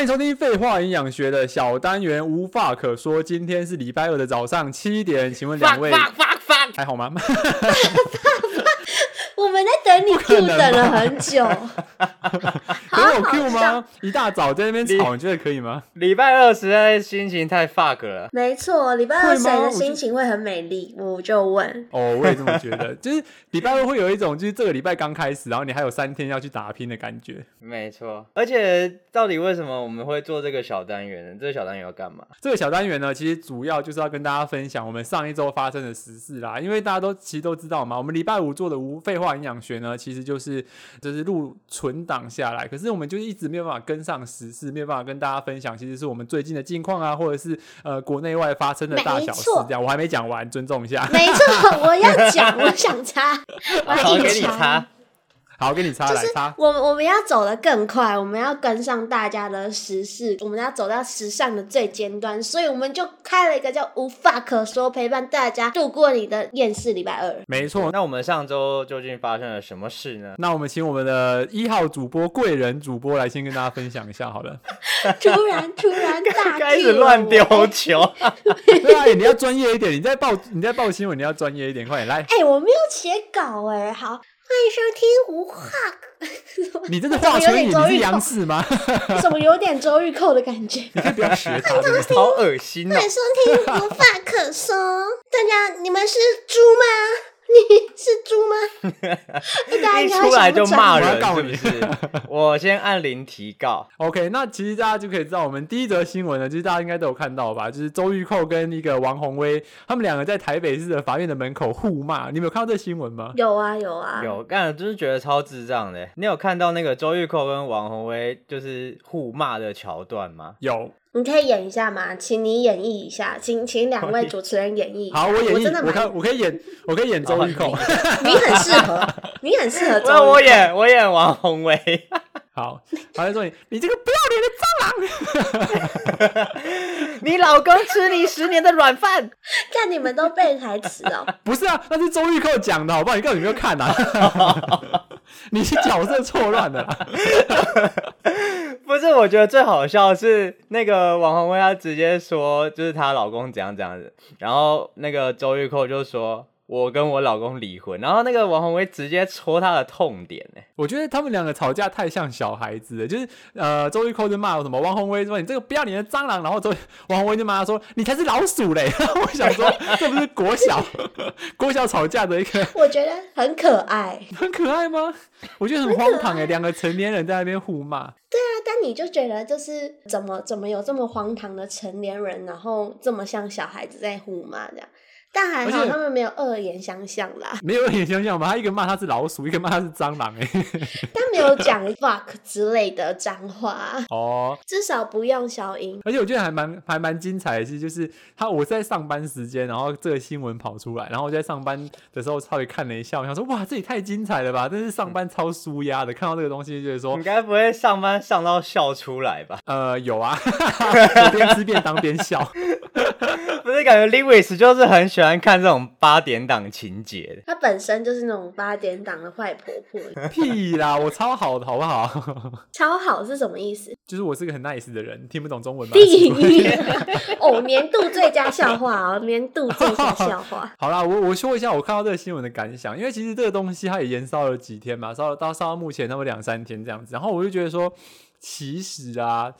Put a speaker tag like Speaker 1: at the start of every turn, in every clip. Speaker 1: 迎收听《废话营养学》的小单元，无话可说。今天是礼拜二的早上七点，请问两
Speaker 2: fuck
Speaker 1: 位
Speaker 2: fuck fuck fuck，
Speaker 1: 还好吗？
Speaker 3: 我们在等你 Q 等了很久，
Speaker 1: 有我 Q 吗？一大早在那边吵，你觉得可以吗？
Speaker 2: 礼拜二实在心情太 fuck 了。
Speaker 3: 没错，礼拜二
Speaker 1: 会吗
Speaker 3: 谁
Speaker 1: 我
Speaker 3: 的
Speaker 1: 就
Speaker 3: 心情会很美丽？我就问，
Speaker 1: 哦，我也这么觉得。就是礼拜二会有一种，就是这个礼拜刚开始，然后你还有三天要去打拼的感觉。
Speaker 2: 没错，而且到底为什么我们会做这个小单元呢？这个小单元要干嘛？
Speaker 1: 这个小单元呢，其实主要就是要跟大家分享我们上一周发生的时事啦。因为大家都其实都知道嘛，我们礼拜五做的无废话营养学呢，其实就是就是录存档下来，可是我们就是一直没有办法跟上时事，没有办法跟大家分享，其实是我们最近的近况啊，或者是呃国内外发生的大小事
Speaker 3: 没错
Speaker 1: 这样。我还没讲完，尊重一下。
Speaker 3: 没错，我要讲，我想插，我
Speaker 2: 啊好，
Speaker 3: 要
Speaker 2: 给
Speaker 3: 硬
Speaker 2: 你
Speaker 3: 插
Speaker 2: 擦。。
Speaker 1: 好，给你插
Speaker 3: 就
Speaker 1: 来
Speaker 3: 是
Speaker 1: 插。
Speaker 3: 我们我们要走得更快，我们要跟上大家的时事，我们要走到时尚的最尖端，所以我们就开了一个叫“无话可说”，陪伴大家度过你的厌世礼拜 二。
Speaker 1: 没错，
Speaker 2: 那我们上周究竟发生了什么事呢？
Speaker 1: 那我们请我们的一号主播贵人主播来先跟大家分享一下好 了。
Speaker 3: 突然突然 大
Speaker 2: 开
Speaker 3: cue
Speaker 2: 始
Speaker 3: 了
Speaker 2: 乱
Speaker 3: 我
Speaker 2: 丢球，
Speaker 1: 对啊，你要专业一点，你在报你在报新闻，你要专业一点，快点来。
Speaker 3: 哎、我没有写稿哎、好，欢迎收听无话可，
Speaker 1: 你这是华春莹，你是杨氏吗？
Speaker 3: 怎么有点周玉蔻的感觉？
Speaker 1: 你可以不要学他。真的是
Speaker 2: 好恶心哦
Speaker 3: 欢！迎收听无话可说，大家你们是猪吗？你是猪吗？ 大家
Speaker 2: 一
Speaker 3: 应该
Speaker 2: 出来就骂
Speaker 1: 我
Speaker 2: 人，
Speaker 1: 要告
Speaker 2: 是
Speaker 1: 你
Speaker 2: 不是？我先按铃提告。
Speaker 1: OK，那其实大家就可以知道，我们第一则新闻呢，就是大家应该都有看到吧，就是周玉蔻跟一个王宏威，他们两个在台北市的法院的门口互骂。你们有看到这新闻吗？
Speaker 3: 有啊有啊，
Speaker 2: 有，干，真是觉得超智障的。你有看到那个周玉蔻跟王宏威就是互骂的桥段吗？
Speaker 1: 有，
Speaker 3: 你可以演一下吗？请你演绎一下，请请两位主持人演绎一下。
Speaker 1: 好，我演
Speaker 3: 真的
Speaker 1: 绎，我
Speaker 3: 蛮，
Speaker 1: 看我可以演，我可以演周玉蔻。
Speaker 3: 你很适 合，你很适合周玉
Speaker 2: 那
Speaker 3: 蔻。
Speaker 2: 我演我演王宏威，
Speaker 1: 好，他就说你你这个不要脸的蟑螂。
Speaker 2: 你老公吃你十年的软饭，
Speaker 3: 看你们都背台词哦、
Speaker 1: 不是啊，那是周玉蔻讲的，好不好？你根本没有看啊！你是角色错乱的啦。
Speaker 2: 不是？我觉得最好笑的是那个王宏威，她直接说就是她老公怎样怎样子，然后那个周玉蔻就说。我跟我老公离婚，然后那个王宏威直接戳他的痛点欸呢、
Speaker 1: 我觉得他们两个吵架太像小孩子了，就是呃，周玉蔻就骂我什么王宏威说你这个不要脸的蟑螂，然后周王宏威就骂他说你才是老鼠嘞。 我想说，这不是国小国小吵架的一个
Speaker 3: 我觉得很可爱。
Speaker 1: 很可爱吗？我觉得很荒唐哎、两个成年人在那边互骂。
Speaker 3: 但你就觉得就是怎么怎么有这么荒唐的成年人，然后这么像小孩子在互骂这样。但还
Speaker 1: 而
Speaker 3: 好
Speaker 1: 且
Speaker 3: 他们没有恶言相向啦，
Speaker 1: 没有你想想嘛，他一个骂他是老鼠，一个骂他是蟑螂哎、
Speaker 3: 但没有讲 fuck 之类的脏话，
Speaker 1: 哦，
Speaker 3: 至少不用消音。
Speaker 1: 而且我觉得还蛮还蛮精彩的是，就是他我在上班时间，然后这个新闻跑出来，然后我在上班的时候稍微看了一下，我想说哇，这也太精彩了吧！真是上班超舒压的，看到这个东西就觉得说
Speaker 2: 你，该不会上班上到笑出来吧？
Speaker 1: 呃，有啊， 我边吃便当边笑。
Speaker 2: 不是，感觉 Lewis 就是很喜欢看这种八点档情节的。
Speaker 3: 她本身就是那种八点档的坏婆 婆，
Speaker 1: 屁啦，我超好 的好不好？
Speaker 3: 超好是什么意思？
Speaker 1: 就是我是个很 nice 的人，听不懂中文吗？。
Speaker 3: 第 一哦，年度最佳笑话 哦，年度最佳笑话
Speaker 1: 好啦，我我说一下我看到这个新闻的感想，因为其实这个东西它也延烧了几天嘛，烧到烧到目前差不多两三天这样子。然后我就觉得说，其实啊，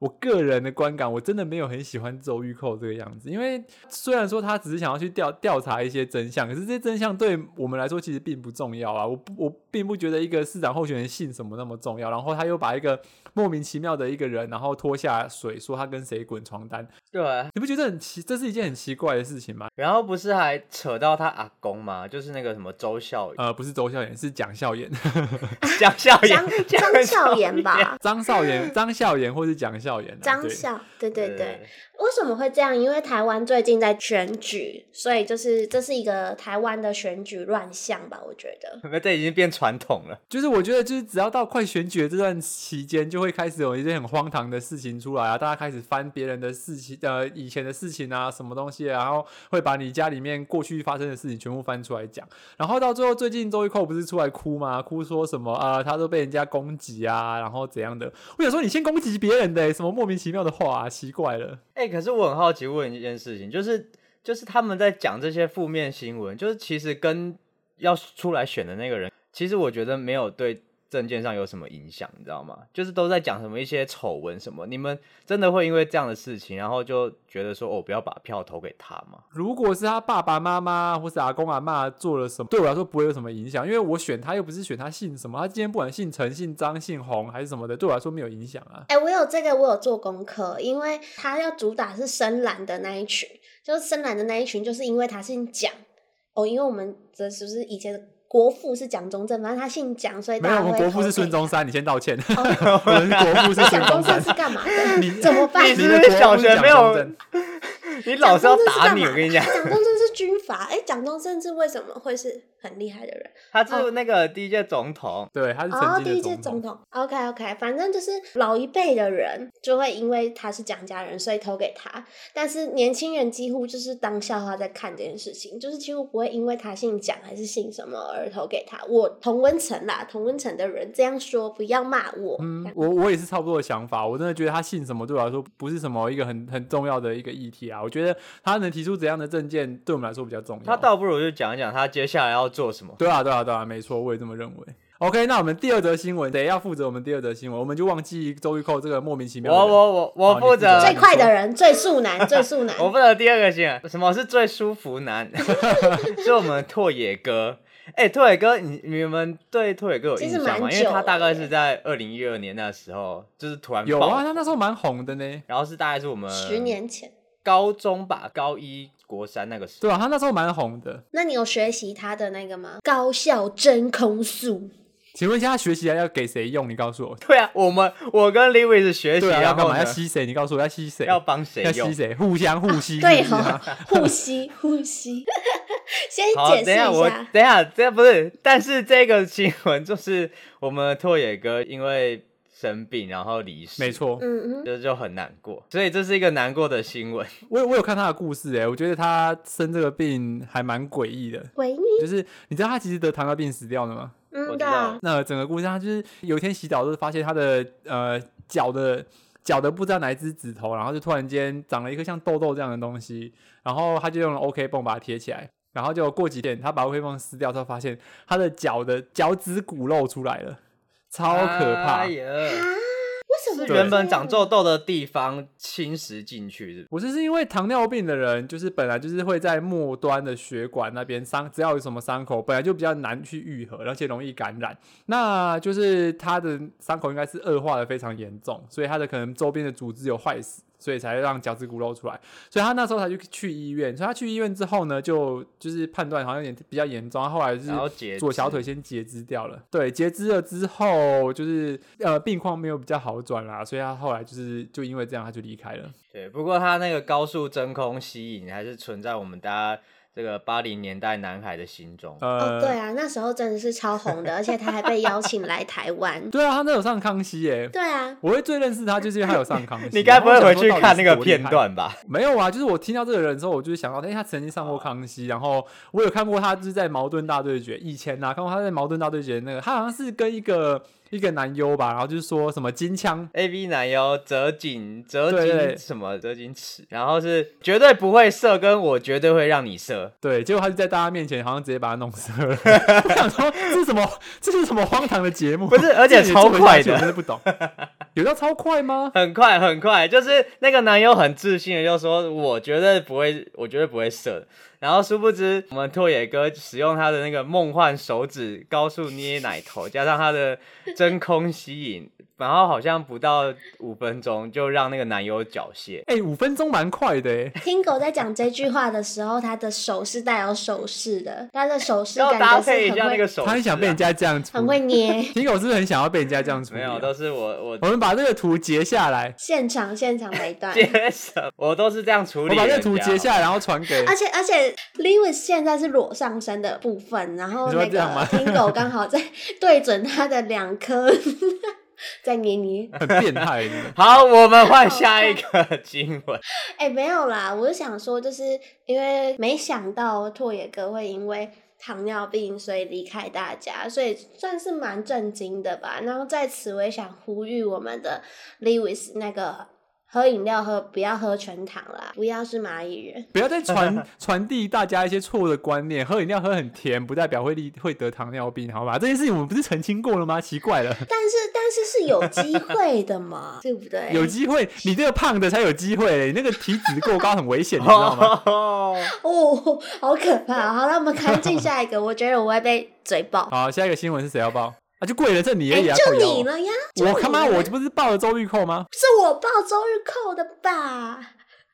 Speaker 1: 我个人的观感，我真的没有很喜欢周玉蔻这个样子，因为虽然说他只是想要去调调查一些真相，可是这些真相对我们来说其实并不重要啊。我不我并不觉得一个市长候选人姓什么那么重要，然后他又把一个莫名其妙的一个人，然后拖下水，说他跟谁滚床单，
Speaker 2: 对，
Speaker 1: 你不觉得很奇？这是一件很奇怪的事情吗？
Speaker 2: 然后不是还扯到他阿公吗？就是那个什么周孝
Speaker 1: 呃，不是周孝言，是蒋孝言、
Speaker 2: 哦江孝
Speaker 3: 张
Speaker 2: 严、
Speaker 3: 张笑
Speaker 2: 严
Speaker 3: 言？吧，
Speaker 1: 张少言、张孝言或是蒋孝言、啊。
Speaker 3: 张
Speaker 1: 对，
Speaker 3: 笑，对对对。为什么会这样？因为台湾最近在选举，所以就是这是一个台湾的选举乱象吧，我觉得。
Speaker 2: 对，这已经变传统了。
Speaker 1: 就是我觉得，就是只要到快选举的这段期间，就会开始有一些很荒唐的事情出来啊，大家开始翻别人的事情，呃，以前的事情啊，什么东西，然后会把你家里面过去发生的事情全部翻出来讲。然后到最后，最近周玉蔻不是出来哭吗？哭说什么啊、呃他都被人家攻击啊，然后怎样的？我想说，你先攻击别人的欸、什么莫名其妙的话、啊，奇怪了。
Speaker 2: 哎、可是我很好奇问一件事情，就是就是他们在讲这些负面新闻，就是其实跟要出来选的那个人，其实我觉得没有对证件上有什么影响，你知道吗？就是都在讲什么一些丑闻什么，你们真的会因为这样的事情，然后就觉得说哦，不要把票投给他吗？
Speaker 1: 如果是他爸爸妈妈或是阿公阿妈做了什么，对我来说不会有什么影响，因为我选他又不是选他姓什么，他今天不管姓陈、姓张、姓洪还是什么的，对我来说没有影响啊。
Speaker 3: 哎、我有这个，我有做功课，因为他要主打是深蓝的那一群，就是深蓝的那一群，就是因为他姓蒋哦，因为我们这就是以前的国父是蒋中正，反正他姓蒋，所以
Speaker 1: 没
Speaker 3: 大
Speaker 1: 有，
Speaker 3: 家
Speaker 1: 我们
Speaker 3: 会
Speaker 1: 国父
Speaker 3: 投
Speaker 1: 是
Speaker 3: 给
Speaker 1: 孙中山，你先道歉。
Speaker 3: 他。哦，
Speaker 1: 我们国父是孙
Speaker 3: 蒋
Speaker 1: 中
Speaker 3: 中正
Speaker 1: 山，
Speaker 3: 是干嘛 的？
Speaker 1: 你
Speaker 3: 怎么办？
Speaker 2: 你
Speaker 1: 你
Speaker 2: 是
Speaker 1: 的
Speaker 2: 不
Speaker 1: 国
Speaker 2: 是
Speaker 1: 父
Speaker 2: 小学
Speaker 1: 蒋
Speaker 2: 没
Speaker 1: 中
Speaker 2: 有
Speaker 1: 正
Speaker 2: 你老是要打你，
Speaker 3: 蒋中正是干嘛
Speaker 2: 我跟你讲，
Speaker 3: 蒋中正是军阀，哎、蒋中正是为什么会是很厉害的人？
Speaker 2: 他是那个第一届总统，
Speaker 1: 对，他是
Speaker 3: 哦，
Speaker 1: 曾
Speaker 3: 第一
Speaker 1: 经
Speaker 3: 届
Speaker 1: 的
Speaker 3: 总
Speaker 1: 总统。
Speaker 3: 统，OK OK，反正就是老一辈的人就会因为他是蒋家人，所以投给他。但是年轻人几乎就是当笑话在看这件事情，就是几乎不会因为他姓蒋还是姓什么而投给他。我同温层啦，同温层的人这样说，不要骂我。
Speaker 1: 嗯，我我也是差不多的想法。我真的觉得他姓什么对我来说不是什么一个很很重要的一个议题啊。我觉得他能提出怎样的证件，对我们来说比较重要。啊
Speaker 2: 他倒不如就讲一讲他接下来要做什么。
Speaker 1: 对啊，对啊，对啊，没错，我也这么认为。OK，那我们第二则新闻，谁要负责我们第二则新闻？我们就忘记周玉蔻这个莫名其妙
Speaker 2: 我
Speaker 1: 的人。
Speaker 2: 我
Speaker 1: 好
Speaker 2: 我我
Speaker 1: 你
Speaker 2: 负
Speaker 1: 负责
Speaker 2: 责
Speaker 3: 最快的人，最速男，最速男。
Speaker 2: 我
Speaker 1: 哦
Speaker 2: 不能第二个新闻，什么是最舒服男？ 是我们拓野哥。哎、拓野哥，你你们对拓野哥有印
Speaker 3: 其实
Speaker 2: 象吗？
Speaker 3: 蛮
Speaker 2: 因为他
Speaker 3: 久
Speaker 2: 大概
Speaker 3: 了耶
Speaker 2: 是在二零一二年那时候，就是突 然
Speaker 1: 有
Speaker 2: 爆
Speaker 1: 啊，他那时候蛮红的呢。
Speaker 2: 然后是大概是我们
Speaker 3: 十年前，
Speaker 2: 高中吧，高一国三那个时候。
Speaker 1: 对啊，他那时候蛮红的。
Speaker 3: 那你有学习他的那个吗？高效真空术。
Speaker 1: 请问一下，他学习来要给谁用？你告诉我。
Speaker 2: 对啊，我们我跟 Lewis 学习，
Speaker 1: 对啊，要
Speaker 2: 然
Speaker 1: 干
Speaker 2: 后
Speaker 1: 嘛？要
Speaker 2: 呢
Speaker 1: 吸谁？你告诉我要吸谁？
Speaker 2: 要帮谁
Speaker 1: 要
Speaker 2: 用
Speaker 1: 吸？谁？互相互吸。
Speaker 3: 对
Speaker 1: 是
Speaker 3: 哦
Speaker 1: 不是啊
Speaker 3: 哈、呼吸呼吸， 先
Speaker 2: 好，啊等
Speaker 3: 解释
Speaker 2: 一
Speaker 3: 一
Speaker 2: 下我
Speaker 3: 下
Speaker 2: 等。一下，这不是，但是这个新闻就是我们拓野哥因为生病然后离世，
Speaker 1: 没，错，
Speaker 3: 嗯嗯，
Speaker 2: 这就很难过，所以这是一个难过的新闻。
Speaker 1: 我我有看他的故事哎、我觉得他生这个病还蛮诡异的。
Speaker 3: 喂你，
Speaker 1: 就是你知道他其实得糖尿病死掉的吗？
Speaker 2: 我
Speaker 3: 嗯
Speaker 2: 知
Speaker 3: 对
Speaker 2: 道
Speaker 3: 啊，
Speaker 1: 那整个故事，他就是有一天洗澡，就是发现他的呃脚的脚的不知道哪一只指头，然后就突然间长了一颗像痘痘这样的东西，然后他就用了 OK 绷把它贴起来，然后就过几天他把 OK 绷撕掉之后，发现他的脚的脚趾骨露出来了，超可怕！
Speaker 2: 哎呀
Speaker 3: 为什么
Speaker 2: 是
Speaker 3: 会
Speaker 2: 原
Speaker 3: 这
Speaker 2: 本
Speaker 3: 样
Speaker 2: 长皱痘的地方侵蚀进去，是不是
Speaker 1: 我是是因为糖尿病的人，就是本来就是会在末端的血管那边伤，只要有什么伤口，本来就比较难去愈合，而且容易感染。那就是他的伤口应该是恶化的非常严重，所以他的可能周边的组织有坏死，所以才让脚趾骨露出来。所以他那时候才去去医院，所以他去医院之后呢，就就是判断好像有点比较严重，他后来就是
Speaker 2: 然后截
Speaker 1: 左小
Speaker 2: 肢
Speaker 1: 腿先截肢掉了。对，截肢了之后，就是呃病况没有比较好转啦，所以他后来就是就因为这样他就离开了。
Speaker 2: 对，不过他那个高速真空吸引还是存在我们大家这个八零年代男孩的心中。
Speaker 1: 呃，
Speaker 3: 哦，对啊，那时候真的是超红的，而且他还被邀请来台湾。
Speaker 1: 对啊，他那有上康熙耶。
Speaker 3: 对啊，
Speaker 1: 我会最认识他，就是因为他有上康熙。
Speaker 2: 你该不会
Speaker 1: 然后
Speaker 2: 回
Speaker 1: 我想
Speaker 2: 去
Speaker 1: 说到底
Speaker 2: 看那个
Speaker 1: 是多厉害
Speaker 2: 片？段吧？
Speaker 1: 没有啊，就是我听到这个人之后，我就是想到，哎、他曾经上过康熙，然后我有看过他就是在矛盾大对决以前呐、啊，看过他在矛盾大对决那个，他好像是跟一个一个男优吧，然后就是说什么金枪
Speaker 2: A V 男优折颈折
Speaker 1: 对
Speaker 2: 颈
Speaker 1: 对
Speaker 2: 什么折颈尺，然后是绝对不会射，跟我绝对会让你射。
Speaker 1: 对，结果他就在大家面前好像直接把他弄死 了。我想说这是什么？这是什么荒唐的节目？
Speaker 2: 不是而 且
Speaker 1: 这也做得
Speaker 2: 超
Speaker 1: 下
Speaker 2: 快
Speaker 1: 去
Speaker 2: 的
Speaker 1: 我真的不懂。有到超快吗？
Speaker 2: 很快很快，就是那个男优很自信的就说：“我绝对不会，我绝对不会射的。”然后殊不知，我们拓野哥使用他的那个梦幻手指高速捏奶头，加上他的真空吸引，然后好像不到五分钟就让那个男优缴械。
Speaker 1: 哎、五分钟蛮快的哎、
Speaker 3: 听狗在讲这句话的时候，他的手是带有手势的，他的手势
Speaker 2: 要
Speaker 3: 感
Speaker 2: 搭
Speaker 3: 觉
Speaker 2: 配
Speaker 3: 是
Speaker 2: 一下
Speaker 3: 很
Speaker 2: 那个
Speaker 3: 会
Speaker 2: 手、啊，
Speaker 1: 他很想被人家这样处
Speaker 3: 很会
Speaker 1: 理。
Speaker 3: 捏。
Speaker 1: 听狗是不是很想要被人家这样处理
Speaker 2: 没
Speaker 1: 啊、
Speaker 2: 有，都是我我
Speaker 1: 我们把这个图截下来，
Speaker 3: 现场现场的一 段，
Speaker 2: 接什我都是这 样处
Speaker 1: 我
Speaker 2: 理人家。
Speaker 1: 把这个图截下来，然后传给
Speaker 3: 而且而且，Lewis 现在是裸上身的部分，然后
Speaker 1: 你说
Speaker 3: 那
Speaker 1: 这样
Speaker 3: 个
Speaker 1: 吗
Speaker 3: 听狗刚好在对准他的两颗 在捏捏。
Speaker 1: 很变态的。
Speaker 2: 好，我们换下一个新闻。
Speaker 3: 哎、没有啦，我是想说，就是因为没想到拓野哥会因为糖尿病所以离开大家，所以算是蛮震惊的吧。然后在此，我也想呼吁我们的 Lewis 那个喝饮料喝不要喝全糖啦，不要是蚂蚁人。
Speaker 1: 不要再传 传递大家一些错误的观念，喝饮料喝很甜不代表会立会得糖尿病，好吧？这件事情我们不是澄清过了吗？奇怪 了，
Speaker 3: 但是但是是有 机会的嘛，对不对？
Speaker 1: 有机会你这个胖的才有机会嘞，你那个体脂过高很危险，你知道 吗？
Speaker 3: 哦，好可怕！好了，我们赶紧下一个，我觉得我会被嘴爆。
Speaker 1: 好，下一个新闻是谁要报？啊，就贵人正你
Speaker 3: 哎、
Speaker 1: 而已啊，
Speaker 3: 就
Speaker 1: 靠腰
Speaker 3: 你了呀！就
Speaker 1: 我他妈
Speaker 3: 你了
Speaker 1: 我不是报了周玉蔻吗？
Speaker 3: 是我报周日扣的吧？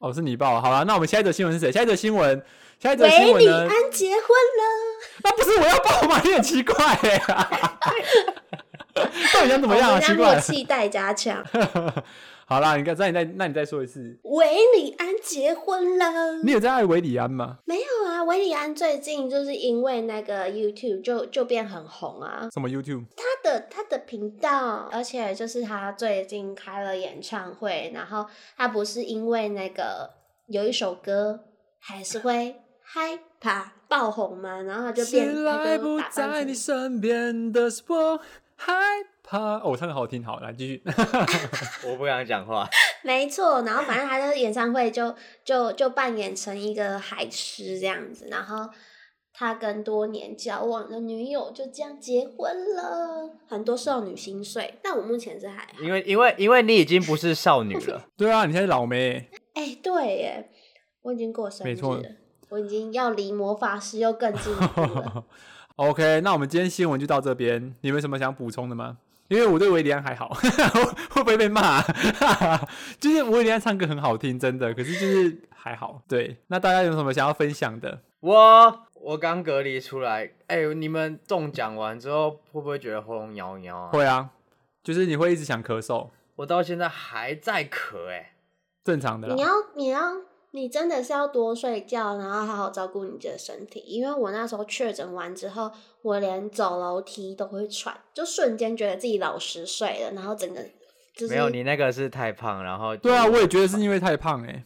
Speaker 1: 哦，是你报，好了，那我们下一则新闻是谁？下一则新闻，下一则新
Speaker 3: 维
Speaker 1: 闻
Speaker 3: 里
Speaker 1: 呢？
Speaker 3: 安结婚 了，
Speaker 1: 那不是我要报吗？你很奇怪、欸， 到底想怎么样
Speaker 3: 我
Speaker 1: 啊？
Speaker 3: 们家
Speaker 1: 奇
Speaker 3: 默
Speaker 1: 怪。
Speaker 3: 契待加 强。
Speaker 1: 好啦，你看，那你再那你再说一次，
Speaker 3: 维里安结婚了，
Speaker 1: 你有在爱维里安吗？
Speaker 3: 没有啊？维里安最近就是因为那个 YouTube 就就变很红啊，
Speaker 1: 什么 YouTube？
Speaker 3: 他的他的频道，而且就是他最近开了演唱会，然后他不是因为那个有一首歌还是会害怕爆红嘛，然后他就变
Speaker 1: 醒
Speaker 3: 他
Speaker 1: 来
Speaker 3: 就
Speaker 1: 不
Speaker 3: 打扮
Speaker 1: 在
Speaker 3: 成
Speaker 1: 你身边的是我害怕。哦，我唱的好听，好，来继续。
Speaker 2: 我不想讲话。
Speaker 3: 没错，然后反正他的演唱会就就就扮演成一个海狮这样子，然后他跟多年交往的女友就这样结婚了，很多少女心碎。但我目前是还好，
Speaker 2: 因为因为因为你已经不是少女 了，
Speaker 1: 对啊，你现在老妹，
Speaker 3: 哎、对耶，我已经过生
Speaker 1: 没
Speaker 3: 日
Speaker 1: 错
Speaker 3: 了，我已经要离魔法师又更进一步 了。
Speaker 1: OK，那我们今天新闻就到这边，你们有什么想补充的吗？因为我对维里安还好， 会不会被骂、 就是维里安唱歌很好听，真的，可是就是还好。对，那大家有什么想要分享的？
Speaker 2: 我我刚隔离出来。哎、你们中奖完之后会不会觉得喉咙痒痒啊？
Speaker 1: 会啊，就是你会一直想咳嗽，
Speaker 2: 我到现在还在咳、哎，
Speaker 1: 正常的
Speaker 3: 你啊
Speaker 1: 啦。
Speaker 3: 要你要你真的是要多睡觉，然后好好照顾你的身体。因为我那时候确诊完之后，我连走楼梯都会喘，就瞬间觉得自己老十岁了，然后整个就是
Speaker 2: 没有，你那个是太胖，然后
Speaker 1: 对啊，我也觉得是因为太胖哎、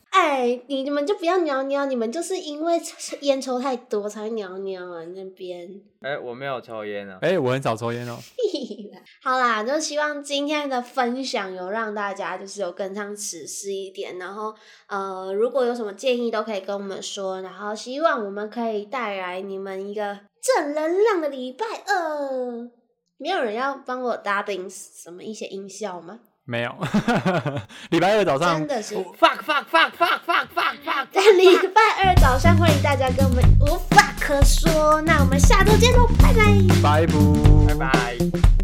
Speaker 3: 哎，你你们就不要尿尿，你们就是因为 烟抽太多才会尿尿啊那边。
Speaker 2: 哎、我没有抽烟啊。
Speaker 1: 哎、我很少抽烟哦、
Speaker 3: 屁啦好啦，就希望今天的分享有让大家就是有跟上时事一点，然后呃，如果有什么建议都可以跟我们说，然后希望我们可以带来你们一个正能量的礼拜二。没有人要帮我搭饼什么一些音效吗？
Speaker 1: 没有， 礼拜二早上
Speaker 3: 真的是，
Speaker 2: fuck fuck fuck fuck fuck fuck fuck。
Speaker 3: 在礼拜二早上欢迎大家跟我们无话可说，那我们下周见喽，拜拜。
Speaker 1: 拜拜，拜
Speaker 2: 拜拜。